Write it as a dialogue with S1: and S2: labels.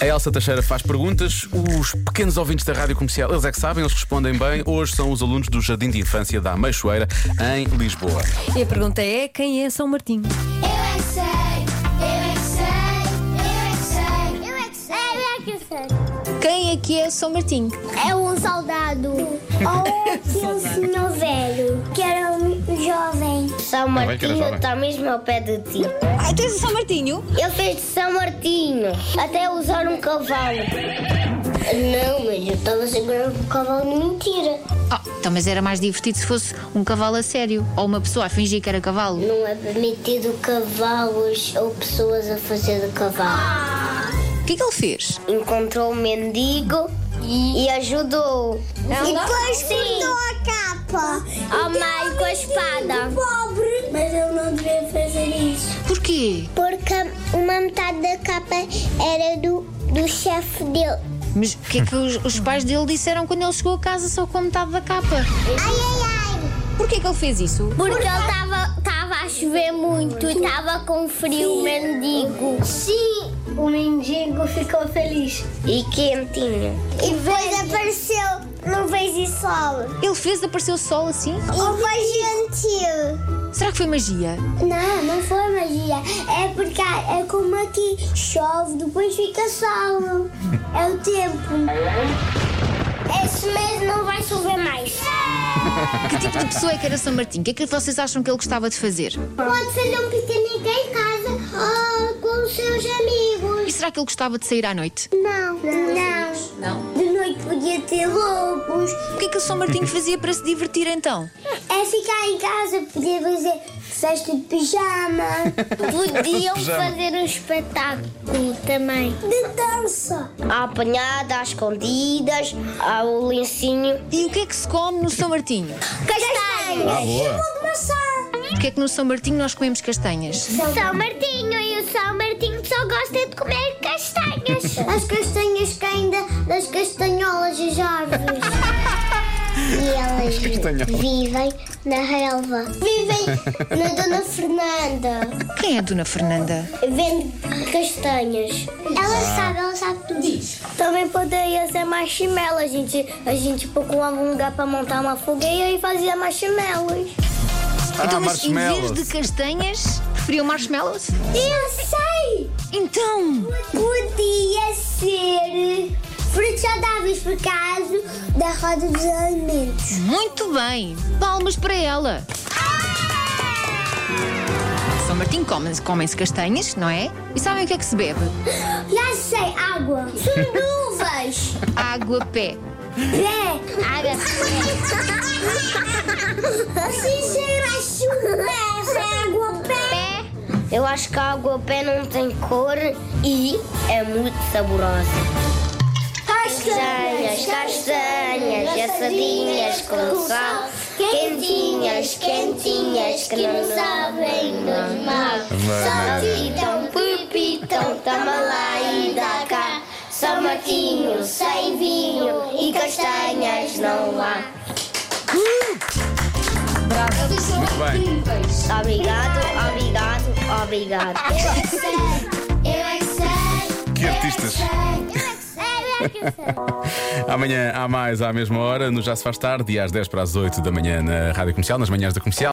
S1: A Elsa Teixeira faz perguntas. Os pequenos ouvintes da rádio comercial, eles é que sabem, eles respondem bem. Hoje são os alunos do Jardim de Infância da Meixoeira, em Lisboa.
S2: E a pergunta é: quem é São Martinho?
S3: Eu é que sei, eu é que sei, eu é que sei, eu é que sei, eu é que sei.
S4: Quem aqui é São Martinho?
S3: É um soldado. Ou é aquele senhor velho, que era um jovem. São
S1: bem que era Martinho jovem. está
S3: mesmo ao pé de ti.
S4: Ah, tu és o São Martinho?
S3: Ele fez de São Martinho, até usar um cavalo. Não, mas eu estava segurando um cavalo de mentira.
S5: Ah, então, mas era mais divertido se fosse um cavalo a sério ou uma pessoa a fingir que era cavalo.
S3: Não é permitido cavalos ou pessoas a fazer de cavalo.
S4: O que é que ele fez?
S3: encontrou um mendigo e, ajudou. E depois cortou a capa. Ao meio Oh, com a espada. Pobre. Mas eu não devia fazer isso.
S5: Porquê?
S3: Porque uma metade da capa era do, do chefe dele.
S5: Mas o que é que os, os pais dele disseram quando ele chegou a casa só com a metade da capa?
S3: Ai, ai, ai.
S4: Porquê que ele fez isso?
S3: Porque ele estava a chover muito e estava com frio o mendigo. Sim. O mendigo ficou feliz. E quentinho. E depois apareceu nuvens e sol.
S5: Ele fez aparecer o sol assim?
S3: E foi gentil.
S5: Será que foi magia?
S3: Não, não foi magia. É porque é como aqui chove, depois fica sol. É o tempo. Esse mês não vai chover mais.
S5: Que tipo de pessoa é que era São Martinho? O que é que vocês acham que ele gostava de fazer?
S3: Pode fazer um piquenique em casa ou com os seus amigos.
S5: E será que ele gostava de sair à noite?
S3: Não, não. Não. De noite podia ter lobos.
S5: O que é que o São Martinho fazia para se divertir então?
S3: É ficar em casa, podia fazer festa de pijama. Podiam fazer um espetáculo também. De dança. A apanhada, às escondidas, ao lencinho.
S5: E o que é que se come no São Martinho?
S3: Castanhas.
S1: Ah, boa.
S3: E de maçã.
S5: Porque é que no São Martinho nós comemos castanhas?
S3: São Martinho e o São Martinho só gosta de comer castanhas. As castanhas caem da- das castanholas e árvores. E elas
S1: castanholas.
S3: vivem na relva. Vivem na Dona Fernanda.
S5: Quem é a Dona Fernanda?
S3: Vende castanhas. Ela
S1: Ah.
S3: sabe, ela sabe tudo. Também poderia ser marshmallow. A gente, a gente procurava um lugar para montar uma fogueira e fazia marshmallows.
S1: Ah,
S5: então, mas em vez de
S1: marshmallows.
S5: castanhas, preferiam marshmallows?
S3: Eu sei!
S5: Então,
S3: Podia ser frutos saudáveis por causa da roda dos alimentos.
S5: muito bem. Palmas para ela. São Martinho come- comem-se castanhas, não é? E sabem o que é que se bebe?
S3: Já sei, água. Sunduvas.
S5: Água pé.
S3: Pé. Água. Assim será chulé. é Água, pé. Eu acho que a água pé não tem cor e é muito saborosa. Castanhas, castanhas, assadinhas com sal, quentinhas, quentinhas, que não sabem do mal. Saltitão, pepitão, Então, toma lá e dá cá, São Martinho, sem vinho e castanhas não há.
S1: Bem,
S3: Obrigado, obrigado, obrigado. Eu é que sei, eu é que sei.
S1: Que artistas.
S3: Eu é que sei, eu é que sei.
S1: amanhã há mais à mesma hora, no Já Se Faz Tarde, e às 10 para as 8 da manhã na Rádio Comercial, nas manhãs da Comercial.